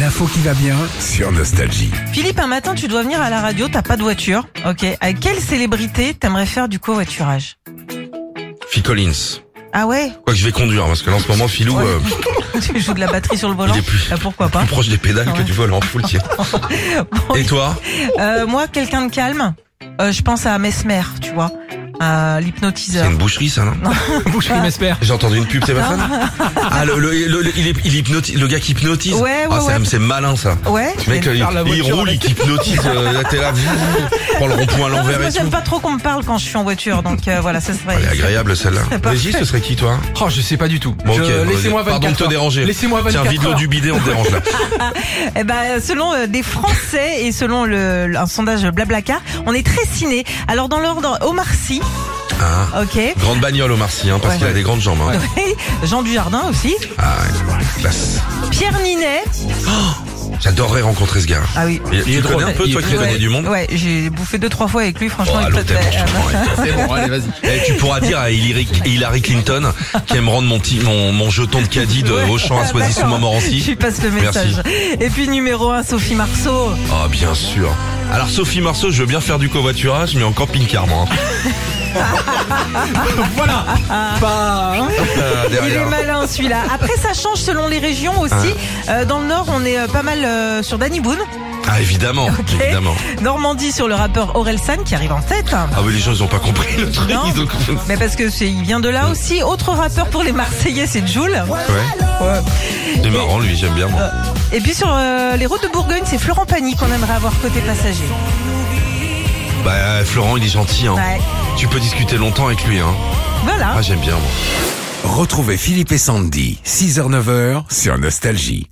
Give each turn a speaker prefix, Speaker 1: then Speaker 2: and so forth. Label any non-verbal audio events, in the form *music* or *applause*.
Speaker 1: l'info qui va bien.
Speaker 2: sur Nostalgie.
Speaker 3: Philippe, un matin, tu dois venir à la radio, t'as pas de voiture. Ok. À quelle célébrité t'aimerais faire du covoiturage
Speaker 2: Phil Collins.
Speaker 3: Ah ouais
Speaker 2: Quoi que je vais conduire, parce que là en ce moment, Philou,
Speaker 3: Ouais.
Speaker 2: euh,
Speaker 3: *laughs* Tu joues de la batterie sur le volant
Speaker 2: il est plus,
Speaker 3: Ah,
Speaker 2: *laughs*
Speaker 3: Pourquoi pas
Speaker 2: plus proche des pédales que
Speaker 3: Ouais.
Speaker 2: du volant, faut le dire.
Speaker 3: *laughs* Bon,
Speaker 2: Et toi
Speaker 3: euh, Moi, quelqu'un de calme, euh, je pense à Mesmer, tu vois, à
Speaker 2: C'est
Speaker 3: l'hypnotiseur.
Speaker 2: une boucherie, ça, non
Speaker 1: Boucherie Mesper.
Speaker 2: J'ai entendu une pub, c'est pas ça Ah, le, le, le, le- il, est- il hypnotise, le gars qui hypnotise.
Speaker 3: Ouais, ouais,
Speaker 2: ah, ça,
Speaker 3: ouais.
Speaker 2: c'est malin, ça.
Speaker 3: Ouais
Speaker 2: Le mec, euh,
Speaker 3: mais-
Speaker 2: il,
Speaker 1: faire la
Speaker 2: il
Speaker 1: voiture
Speaker 2: roule, il hypnotise, euh, là,
Speaker 3: *laughs*
Speaker 2: t'es là, vous, prends le rond-point à
Speaker 3: Non, parce que
Speaker 2: l'envers
Speaker 3: moi,
Speaker 2: et
Speaker 3: j'aime
Speaker 2: tout.
Speaker 3: pas trop qu'on me parle quand je suis en voiture, donc euh, voilà, ça serait...
Speaker 2: Elle est agréable, celle-là.
Speaker 3: C'est parfait.
Speaker 2: Régis, ce serait qui, toi
Speaker 1: Oh, je sais pas du tout.
Speaker 2: Bon,
Speaker 1: Je-
Speaker 2: ok,
Speaker 1: Laissez-moi 24
Speaker 2: Pardon de te
Speaker 1: heures.
Speaker 2: déranger.
Speaker 1: Laissez-moi 24
Speaker 2: Tiens, vide l'eau
Speaker 1: heures.
Speaker 2: du bidet, on te
Speaker 1: *laughs*
Speaker 2: dérange, là.
Speaker 3: Eh ben, selon euh, des Français et selon le, le- un sondage Blablacar, on est très ciné. Alors dans l'ordre, Omar Sy,
Speaker 2: Ah,
Speaker 3: ok,
Speaker 2: grande bagnole, Omar Sy, hein, parce
Speaker 3: Ouais.
Speaker 2: qu'il a des grandes jambes. hein.
Speaker 3: Jean Dujardin aussi,
Speaker 2: Ah, ouais, classe.
Speaker 3: Pierre Ninet.
Speaker 2: J'adorerais rencontrer ce gars.
Speaker 3: Ah oui.
Speaker 2: Et
Speaker 1: Il est
Speaker 2: tu
Speaker 1: drôle.
Speaker 2: connais un peu,
Speaker 1: Il
Speaker 2: toi
Speaker 1: est
Speaker 2: qui
Speaker 1: drôle.
Speaker 2: connais du monde
Speaker 3: Ouais, j'ai bouffé deux trois fois avec lui.
Speaker 2: Oh,
Speaker 3: Franchement,
Speaker 2: à
Speaker 3: il euh, peut
Speaker 2: l'hôtel,
Speaker 3: te-
Speaker 2: je te prends, ouais.
Speaker 1: C'est bon, *laughs* allez, vas-y.
Speaker 2: Eh, tu pourras dire à Hillary, Hillary Clinton qu'elle me rende mon, petit- mon, mon jeton de caddie de Auchan à Soisy sous
Speaker 3: *laughs* Je lui
Speaker 2: Montmorency.
Speaker 3: passe le
Speaker 2: Merci.
Speaker 3: message. Et puis numéro un, Sophie Marceau.
Speaker 2: Ah bien sûr. Alors Sophie Marceau, je veux bien faire du covoiturage, mais en camping-car moi. hein.
Speaker 1: Voilà. Pas. hein.
Speaker 2: Euh,
Speaker 3: *laughs* Ah, Il est
Speaker 2: derrière.
Speaker 3: malin celui-là. Après, ça change selon les régions aussi. Euh, dans le Nord, on est euh, pas mal euh, sur Danny Boone.
Speaker 2: Ah évidemment,
Speaker 3: Ok.
Speaker 2: évidemment.
Speaker 3: Normandie sur le rappeur Orelsan qui arrive en tête.
Speaker 2: Ah oui, les gens ils ont pas compris le truc.
Speaker 3: Non.
Speaker 2: Ils ont compris.
Speaker 3: Mais parce que c'est, il vient de là aussi. Autre rappeur pour les Marseillais, c'est Jules.
Speaker 2: Ouais. C'est marrant lui, j'aime bien. moi.
Speaker 3: Et puis sur euh, les routes de Bourgogne, c'est Florent Pagny qu'on aimerait avoir côté passager.
Speaker 2: Bah Florent, il est gentil. Hein.
Speaker 3: Ouais. Ah.
Speaker 2: Tu peux discuter longtemps avec lui. Hein.
Speaker 3: Voilà.
Speaker 2: Ah j'aime bien moi.
Speaker 4: Retrouvez Philippe et Sandy, 6h-9h sur Nostalgie.